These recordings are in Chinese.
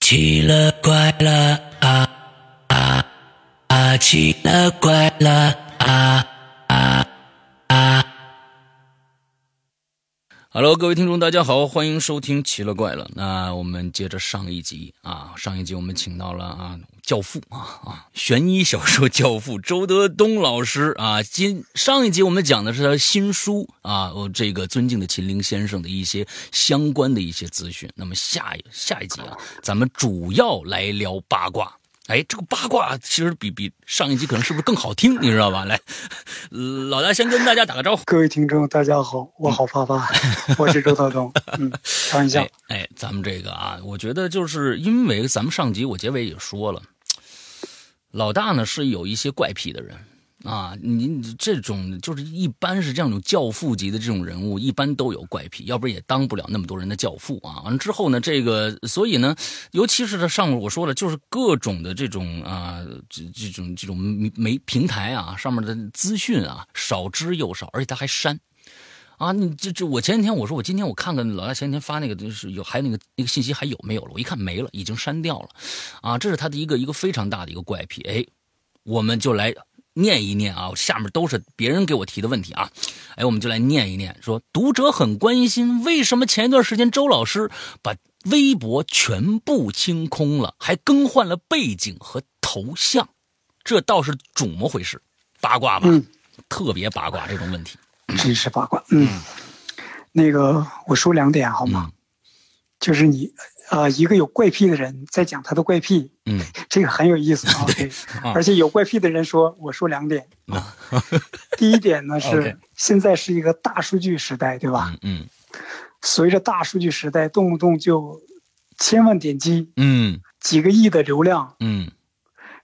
奇了怪了啊啊啊！奇了怪了啊啊啊！Hello，各位听众，大家好，欢迎收听《奇了怪了》。那我们接着上一集啊，上一集我们请到了啊《教父》啊啊，悬疑小说《教父》周德东老师啊。今上一集我们讲的是他新书啊，哦这个《尊敬的秦岭先生》的一些相关的一些资讯。那么下一下一集啊，咱们主要来聊八卦。哎，这个八卦其实比比上一集可能是不是更好听，你知道吧？来，呃老大先跟大家打个招呼。各位听众，大家好，我好 发发，我是周德东。嗯，开玩笑嗯哎，哎，咱们这个啊，我觉得就是因为咱们上集我结尾也说了，老大呢是有一些怪癖的人啊，您这种就是一般是这样种教父级的这种人物，一般都有怪癖，要不然也当不了那么多人的教父啊。完了之后呢，这个所以呢，尤其是他上面我说了，就是各种的这种啊，这这种这种媒媒平台啊上面的资讯啊少之又少，而且他还删。啊，你这这，我前几天我说我今天我看看老大前几天发那个就是有还有那个那个信息还有没有了，我一看没了，已经删掉了，啊，这是他的一个一个非常大的一个怪癖。哎，我们就来念一念啊，下面都是别人给我提的问题啊，哎，我们就来念一念，说读者很关心为什么前一段时间周老师把微博全部清空了，还更换了背景和头像，这倒是怎么回事？八卦吧，嗯特别八卦这种问题。真是八卦。嗯，那个我说两点好嗯吗？就是你呃，一个有怪癖的人在讲他的怪癖，嗯， 这个很有意思 啊。对啊而且有怪癖的人说，我说两点。嗯啊第一点 呢 OK 是现在是一个大数据时代，对吧？嗯嗯随着大数据时代，动不动就千万点击、嗯几个亿的流量，嗯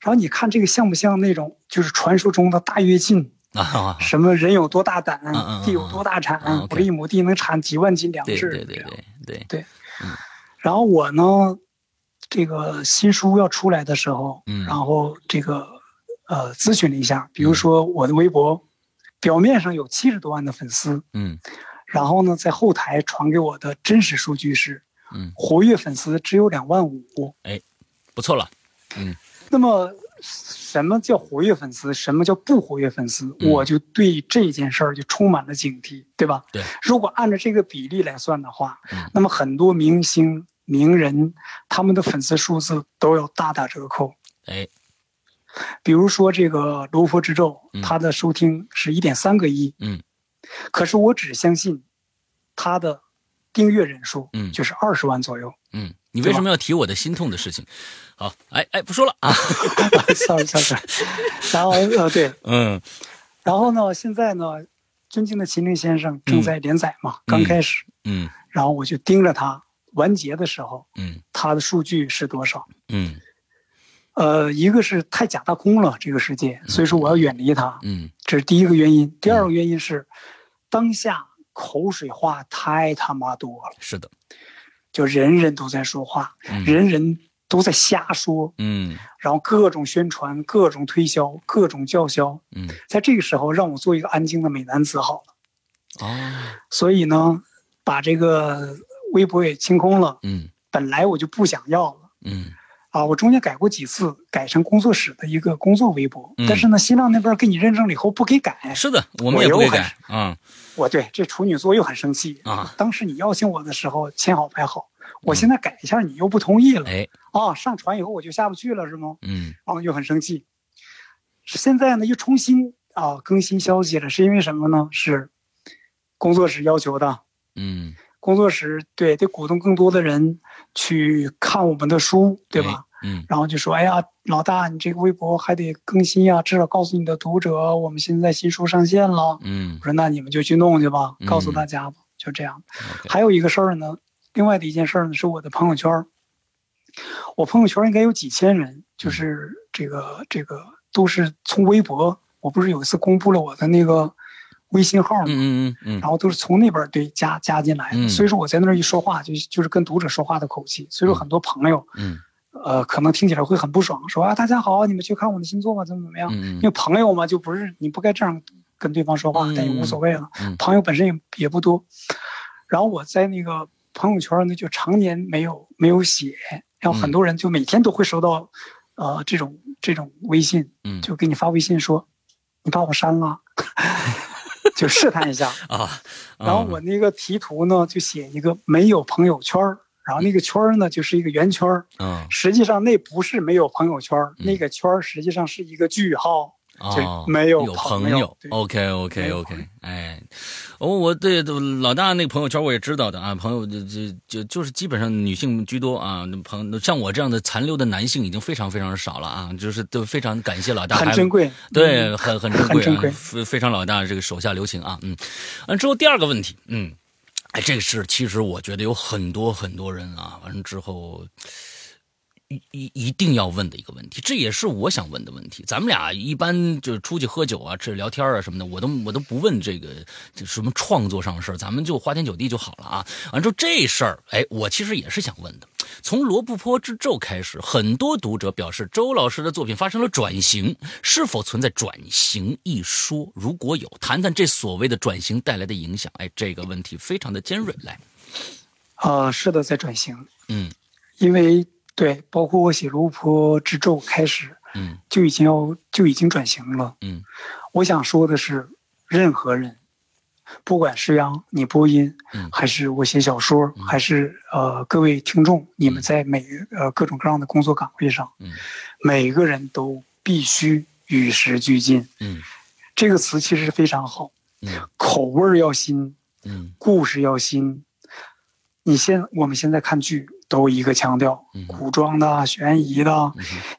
然后你看这个像不像那种就是传说中的大跃进？啊， 什么人有多大胆嗯嗯，地有多大产嗯嗯嗯，我这一亩地能产几万斤粮对食。对对这样对对，然后我呢，这个新书要出来的时候，嗯然后这个呃咨询了一下，比如说我的微博，表面上有七十多万的粉丝，嗯然后呢，在后台传给我的真实数据是，嗯，活跃粉丝只有两万五。不错了，那么，什么叫活跃粉丝？什么叫不活跃粉丝？嗯我就对这件事儿就充满了警惕，对吧？对。如果按照这个比例来算的话，嗯那么很多明星、名人他们的粉丝数字都要大打折扣。哎，比如说这个《罗佛之咒嗯》，它的收听是一点三个亿，嗯，可是我只相信它的订阅人数，嗯就是二十万左右。 嗯，你为什么要提我的心痛的事情？好，哎哎，不说了 啊， sorry sorry，然后呃对，嗯然后呢，现在呢，尊敬的秦岭先生正在连载嘛，刚开始，嗯然后我就盯着他完结的时候，嗯他的数据是多少？嗯呃，一个是太假大空了这个世界，所以说我要远离他，嗯这是第一个原因。第二个原因是，当下口水话太他妈多了，是的，就人人都在说话，嗯人人都在瞎说，嗯然后各种宣传、各种推销、各种叫嚣。嗯在这个时候，让我做一个安静的美男子好了。啊，所以呢，把这个微博也清空了。嗯本来我就不想要了嗯啊，我中间改过几次，改成工作室的一个工作微博。嗯但是呢，新浪那边给你认证了以后不给改，是的，我们也不会改啊我对这处女座又很生气。啊，当时你邀请我的时候签好拍好，我现在改一下你又不同意了哎，啊，上传以后我就下不去了是吗？嗯啊，又很生气。现在呢又重新啊更新消息了，是因为什么呢？是工作室要求的。嗯工作室对得鼓动更多的人去看我们的书，对吧？嗯然后就说：“哎呀，老大，你这个微博还得更新呀，至少告诉你的读者，我们现在新书上线了。”嗯我说：“那你们就去弄去吧嗯，告诉大家吧。就这样。 ，OK，还有一个事儿呢，另外的一件事儿呢，是我的朋友圈儿。我朋友圈儿应该有几千人，就是这个这个都是从微博，我不是有一次公布了我的那个微信号吗？嗯嗯嗯然后都是从那边儿对加加进来的，嗯所以说我在那儿一说话，就就是跟读者说话的口气，所以说很多朋友，嗯呃，可能听起来会很不爽，说啊，大家好，你们去看我的新作吧，怎么怎么样？嗯嗯因为朋友嘛，就不是你不该这样跟对方说话嗯，但也无所谓了嗯，朋友本身也也不多。然后我在那个朋友圈呢就常年没有没有写，然后很多人就每天都会收到，呃，这种这种微信，嗯就给你发微信说，你把我删了， 就试探一下。啊，然后嗯我那个题图呢就写一个没有朋友圈儿，然后那个圈儿呢就是一个圆圈儿，嗯实际上那不是没有朋友圈儿，嗯那个圈儿实际上是一个句号，哦就，没有有朋友。友对 OK OK 没有朋 OK，哎，哦，我对老大那个朋友圈我也知道的啊，朋友就就就就是基本上女性居多啊，那朋友像我这样的残留的男性已经非常非常少了啊，就是都非常感谢老大，很还珍贵。对，很很珍贵嗯很珍啊贵，非非常老大这个手下留情啊，嗯，完之后第二个问题，嗯，哎，这个是其实我觉得有很多很多人啊，完了之后。一一一定要问的一个问题，这也是我想问的问题。咱们俩一般就是出去喝酒啊、这聊天啊什么的，我都我都不问这个这什么创作上的事儿，咱们就花天酒地就好了啊。完之后这事儿，哎，我其实也是想问的。从罗布泊之咒开始，很多读者表示周老师的作品发生了转型，是否存在转型一说？如果有，谈谈这所谓的转型带来的影响。哎，这个问题非常的尖锐。来，啊，是的，在转型，嗯因为对，包括我写《卢坡之咒》开始嗯就已经要就已经转型了。嗯我想说的是，任何人，不管是让你播音，嗯还是我写小说，还是呃各位听众，你们在每呃各种各样的工作岗位上，嗯每个人都必须与时俱进。嗯这个词其实非常好，嗯口味儿要新，嗯故事要新。你现我们现在看剧都一个腔调，嗯哼古装的、啊悬疑的，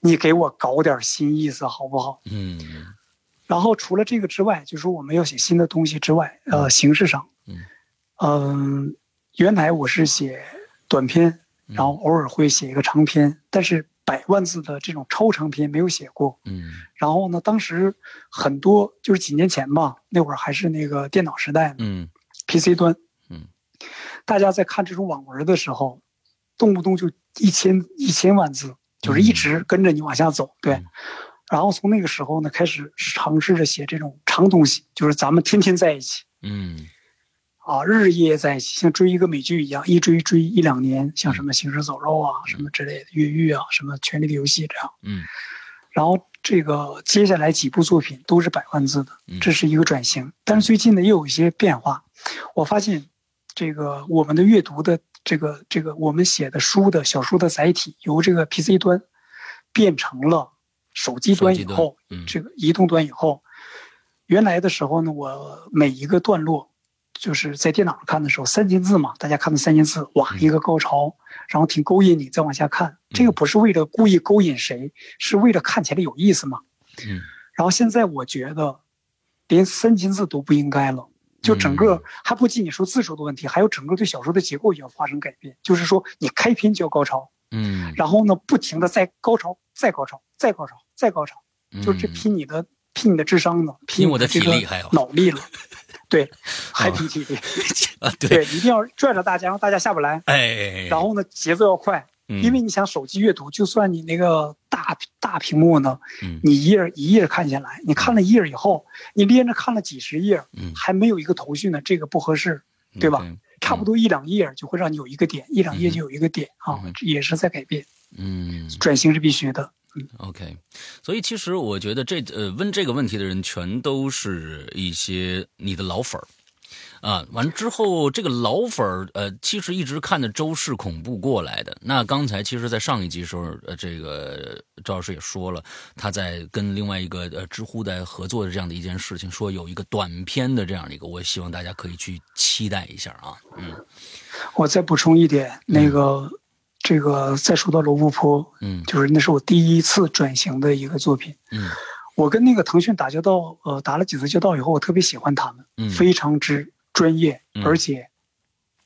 你给我搞点新意思好不好？嗯然后除了这个之外，就是说我们要写新的东西之外，呃，形式上，嗯嗯原来我是写短篇，嗯然后偶尔会写一个长篇，但是百万字的这种超长篇没有写过。嗯然后呢，当时很多就是几年前吧，那会儿还是那个电脑时代呢嗯 PC 端，嗯，大家在看这种网文的时候，动不动就一千一千万字，就是一直跟着你往下走，对嗯。然后从那个时候呢，开始尝试着写这种长东西，就是咱们天天在一起嗯啊，日日夜夜在一起，像追一个美剧一样，一追追一两年，像嗯什么《行尸走肉》啊，什么之类的，《越狱》啊，什么《权力的游戏》这样。嗯然后这个接下来几部作品都是百万字的嗯，这是一个转型。但是最近呢，也有一些变化。我发现，这个我们的阅读的这个这个我们写的书的小说的载体，由这个 PC 端变成了手机端以后，嗯这个移动端以后，原来的时候呢，我每一个段落。就是在电脑上看的时候，三千字嘛，大家看到三千字，哇，嗯一个高潮，然后挺勾引你，再往下看。这个不是为了故意勾引谁，是为了看起来有意思嘛。嗯然后现在我觉得，连三千字都不应该了，就整个嗯还不仅仅说字数的问题，还有整个对小说的结构也要发生改变。就是说，你开篇就要高潮，嗯，然后呢，不停的再高潮，再高潮，再高潮，再高潮，就是这拼你的拼你的智商呢，拼嗯我的这体个力还有脑力了，对，还拼体力， 啊 对，对，一定要拽着大家，让大家下不来。哎，嗯然后呢，节奏要快，因为你想手机阅读，就算你那个大大屏幕呢，嗯你一页儿一页儿看下来，你看了一页儿以后，你连着看了几十页儿，嗯还没有一个头绪呢，这个不合适。对吧？差不多一两页儿就会让你有一个点，一两页就有一个点啊嗯，这也是在改变，嗯。转型是必须的。 OK，所以其实我觉得这呃问这个问题的人全都是一些你的老粉儿。啊，完之后，这个老粉儿，呃，其实一直看的周氏恐怖过来的。那刚才其实，在上一集时候，呃，这个呃赵老师也说了，他在跟另外一个呃知乎在合作的这样的一件事情，说有一个短片的这样的一个，我希望大家可以去期待一下啊。嗯我再补充一点，那个这个再说到罗布泊，嗯就是那是我第一次转型的一个作品。嗯我跟那个腾讯打交道，呃，打了几次交道以后，我特别喜欢他们，嗯非常之专业，嗯而且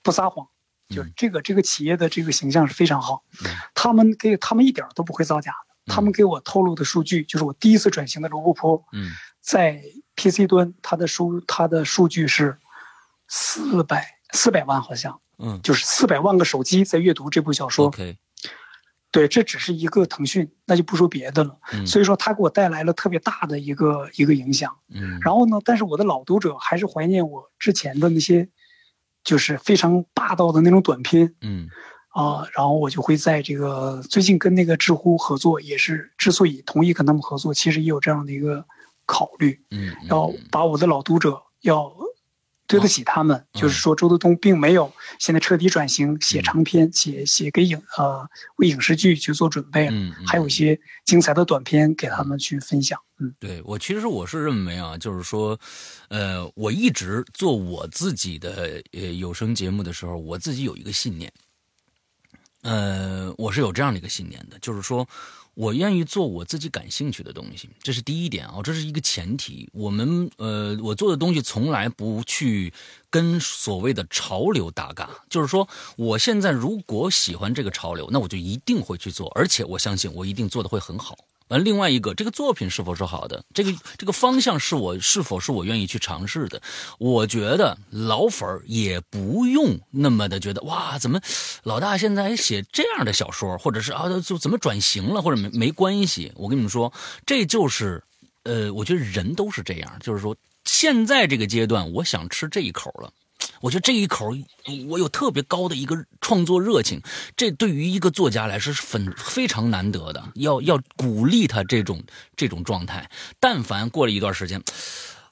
不撒谎，就是嗯这个这个企业的这个形象是非常好。嗯他们给他们一点儿都不会造假嗯的，他们给我透露的数据就是我第一次转型的罗布泊，嗯在 PC 端它的数它的数据是四百四百万，好像嗯就是四百万个手机在阅读这部小说。 ，OK，对，这只是一个腾讯，那就不说别的了。嗯所以说，它给我带来了特别大的一个一个影响。嗯然后呢，但是我的老读者还是怀念我之前的那些就是非常霸道的那种短片嗯啊、然后我就会在这个最近跟那个知乎合作，也是之所以同意跟他们合作，其实也有这样的一个考虑，嗯，嗯要把我的老读者要对得起他们，哦就是说周德东并没有现在彻底转型嗯写长篇，写写给影呃为影视剧去做准备了，嗯嗯还有一些精彩的短片给他们去分享，嗯。对我其实我是认为啊，就是说，呃，我一直做我自己的呃有声节目的时候，我自己有一个信念，呃，我是有这样的一个信念的，就是说我愿意做我自己感兴趣的东西，这是第一点啊，这是一个前提。我们呃，我做的东西从来不去跟所谓的潮流搭嘎，就是说我现在如果喜欢这个潮流，那我就一定会去做，而且我相信我一定做的会很好。完，呃另外一个，这个作品是否是好的，这个这个方向是我是否是我愿意去尝试的？我觉得老粉儿也不用那么的觉得哇，怎么老大现在还写这样的小说，或者是啊，就怎么转型了，或者没没关系。我跟你们说，这就是呃，我觉得人都是这样，就是说现在这个阶段，我想吃这一口了。我觉得这一口，我有特别高的一个创作热情，这对于一个作家来说是很非常难得的，要要鼓励他这种这种状态。但凡过了一段时间，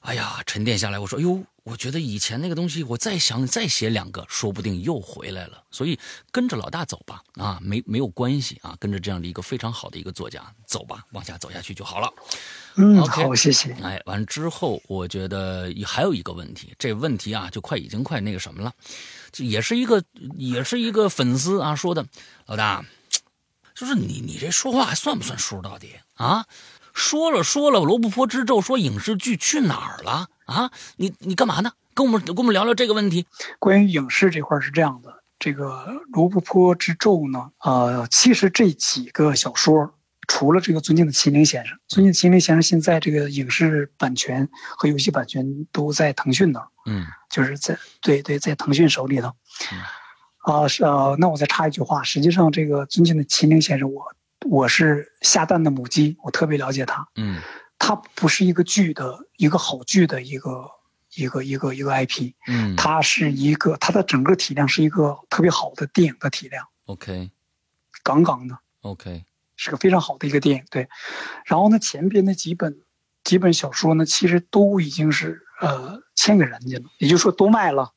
哎呀，沉淀下来，我说，哎呦，我觉得以前那个东西，我再想再写两个，说不定又回来了。所以跟着老大走吧，啊，没没有关系啊，跟着这样的一个非常好的一个作家走吧，往下走下去就好了。嗯， OK 好，谢谢。哎，完之后，我觉得还有一个问题，这问题啊，就快已经快那个什么了，这也是一个也是一个粉丝啊说的，老大，就是你你这说话还算不算数到底啊？说了说了，罗布泊之咒说影视剧去哪儿了啊？你你干嘛呢？跟我们跟我们聊聊这个问题。关于影视这块儿是这样的，这个《罗布泊之咒》呢，呃，其实这几个小说，除了这个尊敬的秦岭先生，尊敬的秦岭先生现在这个影视版权和游戏版权都在腾讯那儿，嗯就是在对对，在腾讯手里头嗯。啊、是啊、那我再插一句话，实际上这个尊敬的秦岭先生，我我是下蛋的母鸡，我特别了解他。嗯它不是一个剧的一个好剧的一个一个一个一个 IP，嗯它是一个它的整个体量是一个特别好的电影的体量， ，OK 杠杠的， OK，是个非常好的一个电影。对，然后呢，前边的几本几本小说呢，其实都已经是呃签给人家了，也就是说都卖了。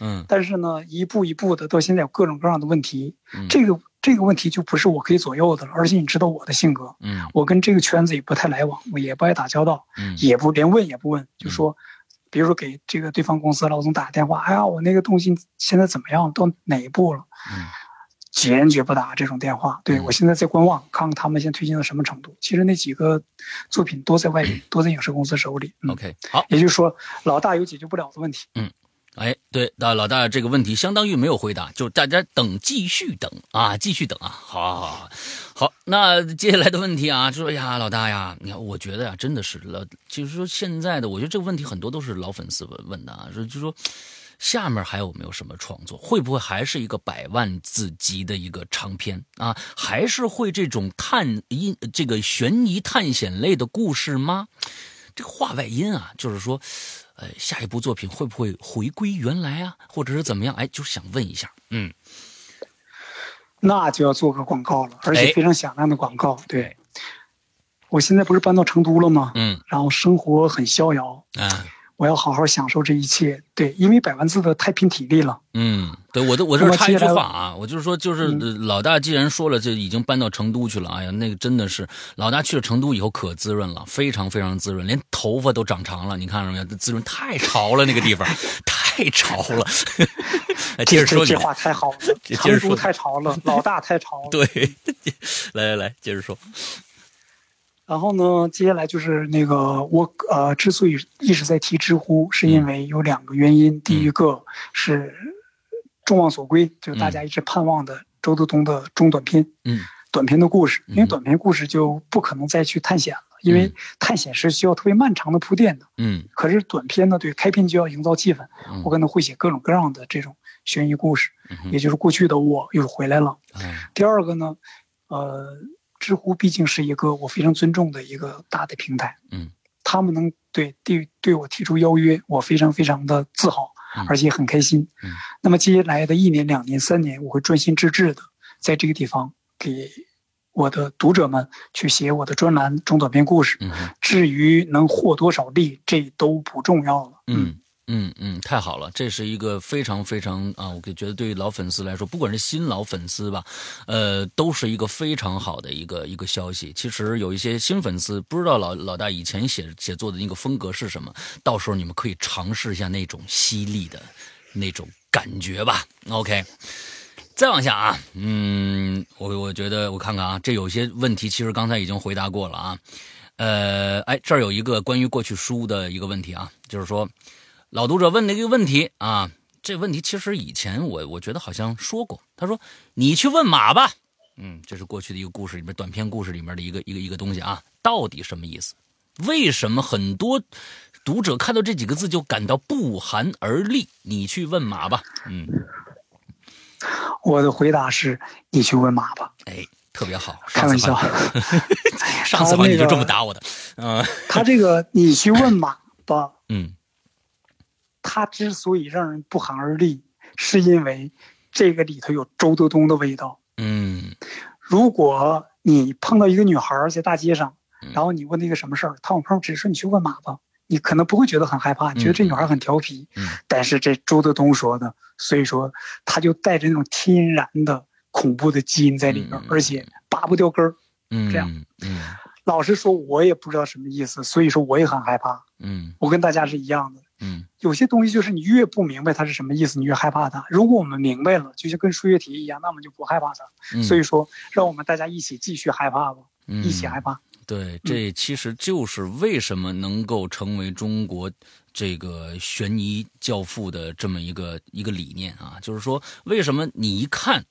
嗯但是呢，一步一步的到现在有各种各样的问题，嗯这个这个问题就不是我可以左右的了。而且你知道我的性格，嗯我跟这个圈子也不太来往，我也不爱打交道。嗯也不连问也不问，就说，比如说给这个对方公司老总打个电话，哎呀，我那个东西现在怎么样，到哪一步了？嗯坚决不打这种电话。对嗯我现在在观望，看看他们现在推进到什么程度。其实那几个作品都 在外，都在影视公司手里。嗯，OK，好。也就是说，老大有解决不了的问题。哎，对，那老大这个问题相当于没有回答，就大家等，继续等啊，继续等啊，好好好，好，那接下来的问题啊，就说呀，老大呀，你看，我觉得呀、真的是老，就是说现在的，我觉得这个问题很多都是老粉丝问问的啊，说就说。下面还有没有什么创作？会不会还是一个百万字级的一个长篇啊？还是会这种探一这个悬疑探险类的故事吗？这个话外音啊，就是说，呃，下一部作品会不会回归原来啊，或者是怎么样？哎，就是想问一下，嗯那就要做个广告了，而且哎非常响亮的广告。对，我现在不是搬到成都了吗？嗯然后生活很逍遥，啊我要好好享受这一切。对，因为百万字的太拼体力了。嗯，对我的我这插一句话啊，我就是说，就是、呃嗯老大既然说了，就已经搬到成都去了，哎呀，那个真的是老大去了成都以后可滋润了，非常非常滋润，连头发都长长了，你看着没有？滋润太潮了，那个地方 太潮了。 哎，接着这说你这，话太好了，接接着成说都太潮了，老大太潮了。对， 来来来，接着说，然后呢，接下来就是那个我呃，之所以一直在提知乎，是嗯因为有两个原因。第一个是众望所归，就是大家一直盼望的周德东的中短篇、嗯短篇的故事，因嗯为哼短篇故事就不可能再去探险了，因为嗯探险是需要特别漫长的铺垫的。嗯可是短篇呢，对开篇就要营造气氛，嗯我可能会写各种各样的这种悬疑故事，嗯哼也就是过去的我又回来了。啊第二个呢，呃，知乎毕竟是一个我非常尊重的一个大的平台，嗯，他们能对对对我提出邀约，我非常非常的自豪嗯，而且很开心。嗯那么接下来的一年、两年、三年，我会专心致志的在这个地方给我的读者们去写我的专栏、中短篇故事。嗯哼至于能获多少利，这都不重要了。嗯嗯嗯，太好了，这是一个非常非常啊，我觉得对于老粉丝来说，不管是新老粉丝吧，呃，都是一个非常好的一个一个消息。其实有一些新粉丝不知道老老大以前写写作的那个风格是什么，到时候你们可以尝试一下那种犀利的那种感觉吧。OK。再往下啊，嗯，我我觉得我看看啊，这有些问题其实刚才已经回答过了啊，呃，哎，这儿有一个关于过去书的一个问题啊，就是说，老读者问了一个问题啊，这问题其实以前我我觉得好像说过，他说你去问马吧，嗯，这是过去的一个故事里面短篇故事里面的一个一个一个东西啊，到底什么意思？为什么很多读者看到这几个字就感到不寒而栗？你去问马吧，嗯，我的回答是：你去问马吧，哎，特别好，开玩笑。 上次好像你就这么答我的，嗯他这个“你去问马吧嗯”，他之所以让人不寒而栗，是因为这个里头有周德东的味道。嗯如果你碰到一个女孩儿在大街上嗯，然后你问她一个什么事儿，她往旁边指说你去问马吧，你可能不会觉得很害怕，嗯觉得这女孩很调皮。嗯但是这周德东说的，所以说他就带着那种天然的恐怖的基因在里边儿嗯，而且拔不掉根儿。嗯，这样嗯老实说，我也不知道什么意思，所以说我也很害怕。嗯我跟大家是一样的。嗯有些东西就是你越不明白它是什么意思，你越害怕它。如果我们明白了，就像跟数学题一样，那我们就不害怕它。嗯，所以说，让我们大家一起继续害怕吧，一起害怕。对，这其实就是为什么能够成为中国这个悬疑教父的这么一个一个理念啊，就是说，为什么你一看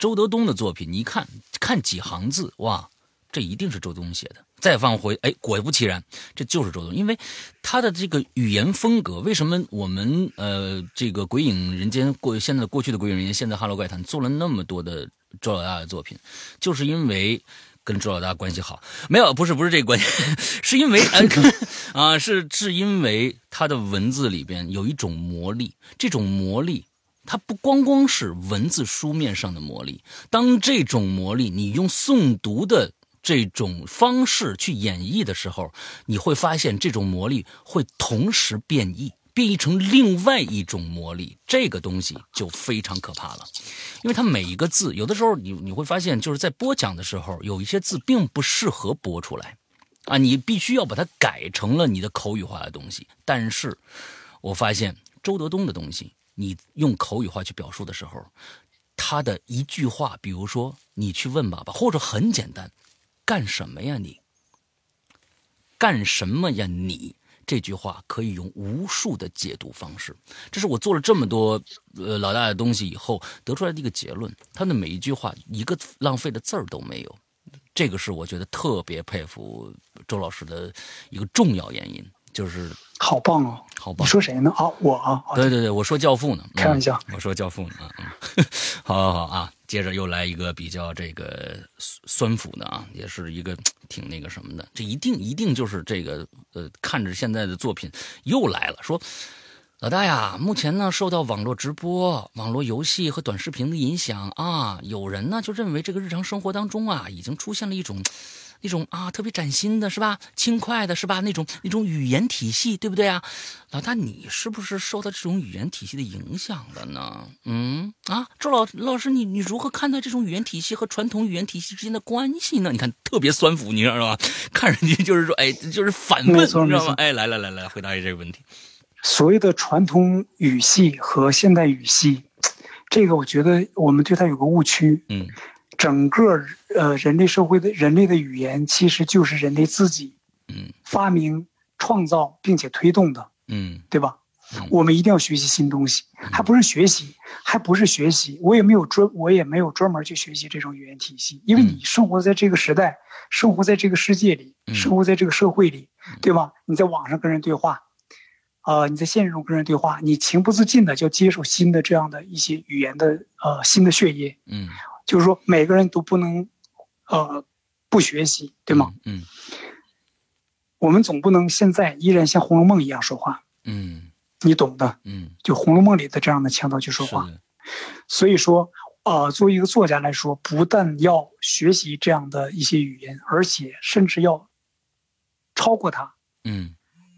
周德东的作品，你一看看几行字，哇，这一定是周德东写的。再放回，哎，果不其然，这就是周德东，因为他的这个语言风格，为什么我们呃这个《鬼影人间》过现在过去的《鬼影人间》，现在《哈喽怪谈》做了那么多的周老大的作品，就是因为跟周老大关系好。没有，不是不是这个关系， 是因为呃 啊，是是因为呃他的文字里边有一种魔力，这种魔力。它不光光是文字书面上的魔力，当这种魔力你用诵读的这种方式去演绎的时候，你会发现这种魔力会同时变异，变异成另外一种魔力，这个东西就非常可怕了。因为它每一个字，有的时候你你会发现，就是在播讲的时候，有一些字并不适合播出来，啊，你必须要把它改成了你的口语化的东西。但是，我发现周德东的东西，你用口语化去表述的时候，他的一句话，比如说你去问爸爸，或者很简单，干什么呀你？干什么呀你？这句话可以用无数的解读方式，这是我做了这么多呃老大的东西以后得出来的一个结论。他的每一句话一个浪费的字儿都没有，这个是我觉得特别佩服周老师的一个重要原因，就是好棒哦！好你棒。说谁呢？啊，我啊，好对对对，我说教父呢，开玩笑嗯我说教父呢啊，嗯 好好好啊，接着又来一个比较这个酸酸腐的啊，也是一个挺那个什么的，这一定一定就是这个呃，看着现在的作品又来了，说老大呀，目前呢受到网络直播、网络游戏和短视频的影响啊，有人呢就认为这个日常生活当中啊，已经出现了一种。那种啊，特别崭新的是吧？轻快的是吧？那种那种语言体系，对不对啊？老大，你是不是受到这种语言体系的影响了呢？嗯啊，周老老师，你你如何看待这种语言体系和传统语言体系之间的关系呢？你看特别酸腐，你知道吗？ 看上去就是说，哎，就是反问，没你知错道没吗错？哎，来来来来，回答一下这个问题。所谓的传统语系和现代语系，这个我觉得我们对它有个误区。嗯整个呃人类社会的人类的语言其实就是人类自己嗯。发明、创造并且推动的。嗯对吧嗯？我们一定要学习新东西，还不是学习，还不是学习。我也没有专，我也没有专门去学习这种语言体系，因为嗯你生活在这个时代，生活在这个世界里，嗯生活在这个社会里，对吧？你在网上跟人对话，呃，你在现实中跟人对话，你情不自禁的就要接受新的这样的一些语言的呃新的血液，嗯，就是说每个人都不能呃不学习，对吗？？嗯我们总不能现在依然像《红楼梦》一样说话，嗯你懂的，嗯，就《红楼梦》里的这样的腔调去说是话。的，所以说，呃，作为一个作家来说，不但要学习这样的一些语言，而且甚至要超过它，嗯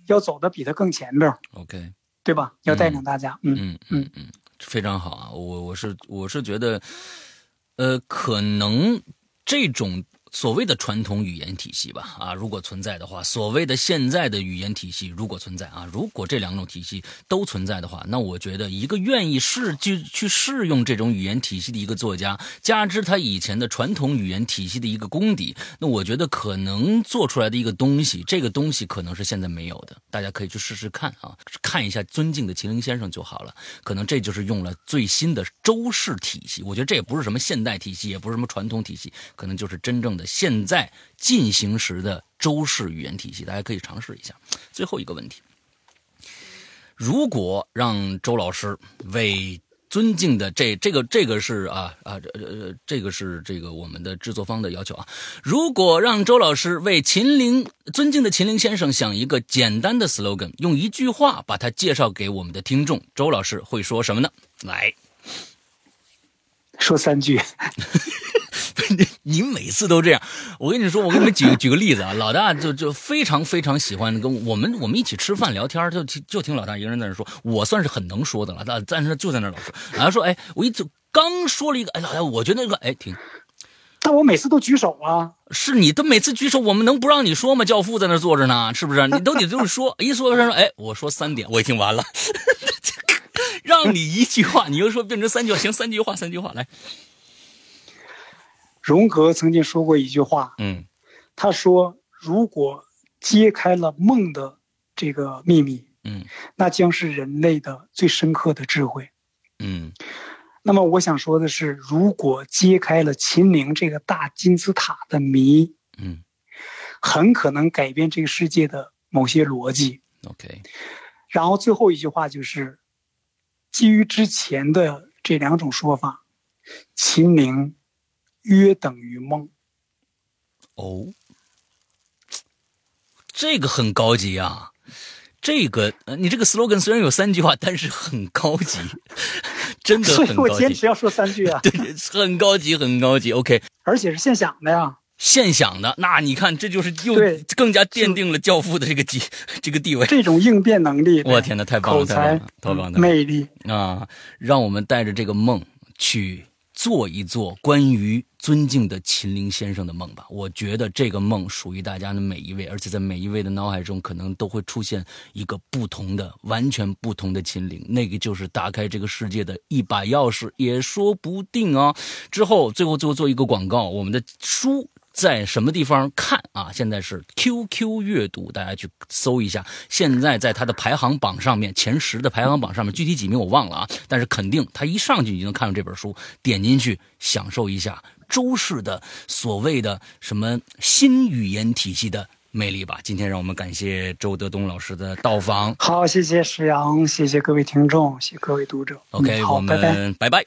要走得比它更前边儿， ，OK，对吧？要带领大家，嗯嗯嗯嗯，非常好啊！我我是我是觉得，呃，可能这种所谓的传统语言体系吧，啊，如果存在的话，所谓的现在的语言体系如果存在啊，如果这两种体系都存在的话，那我觉得一个愿意试去去试用这种语言体系的一个作家，加之他以前的传统语言体系的一个功底，那我觉得可能做出来的一个东西，这个东西可能是现在没有的，大家可以去试试看啊，看一下尊敬的麒麟先生就好了。可能这就是用了最新的周氏体系，我觉得这也不是什么现代体系，也不是什么传统体系，可能就是真正的现在进行时的周氏语言体系，大家可以尝试一下。最后一个问题，如果让周老师为尊敬的这这个这个是啊啊这呃这个是这个我们的制作方的要求啊。如果让周老师为秦岭尊敬的秦岭先生想一个简单的 slogan，用一句话把它介绍给我们的听众，周老师会说什么呢？来， 说三句， 你每次都这样，我跟你说，我给你们举个举个例子啊，老大就就非常非常喜欢跟我们我们一起吃饭聊天，就听就听老大一个人在那说，我算是很能说的了，但但是就在那儿老说，然后说，哎，我一就刚说了一个，哎，老大，我觉得那个，哎，停，但我每次都举手啊，是你都每次举手，我们能不让你说吗？教父在那坐着呢，是不啊是？你都你就是说，一说说说，哎，我说三点，我已经完了， 让你一句话，你又说变成三句话，行，三句话，三句话，来，荣格曾经说过一句话，嗯他说：“如果揭开了梦的这个秘密，嗯那将是人类的最深刻的智慧。”嗯那么我想说的是，如果揭开了秦岭这个大金字塔的谜，嗯很可能改变这个世界的某些逻辑。 ，OK，然后最后一句话就是，基于之前的这两种说法，秦岭约等于梦。哦，这个很高级啊。这个，呃你这个 slogan 虽然有三句话，但是很高级， 真的所很以我高坚级，持要说三句啊，对，很高级，很高级。OK，而且是现想的呀。现想的，那你看，这就是又对更加奠定了教父的这个地这个地位。这种应变能力，我天哪，太棒口了，太棒才了，太棒了太棒了！魅力，啊，让我们带着这个梦去做一做关于尊敬的秦岭先生的梦吧。我觉得这个梦属于大家的每一位，而且在每一位的脑海中，可能都会出现一个不同的、完全不同的秦岭，那个就是打开这个世界的一把钥匙，也说不定啊。之后，最后最后做一个广告，我们的书在什么地方看啊？现在是 QQ 阅读，大家去搜一下。现在在它的排行榜上面，前十的排行榜上面，具体几名我忘了啊，但是肯定它一上去你就能看到这本书，点进去享受一下周氏的所谓的什么新语言体系的。魅力吧！今天让我们感谢周德东老师的到访。好，谢谢石阳，谢谢各位听众，谢谢各位读者。 OK，、嗯、我好，拜拜。们拜拜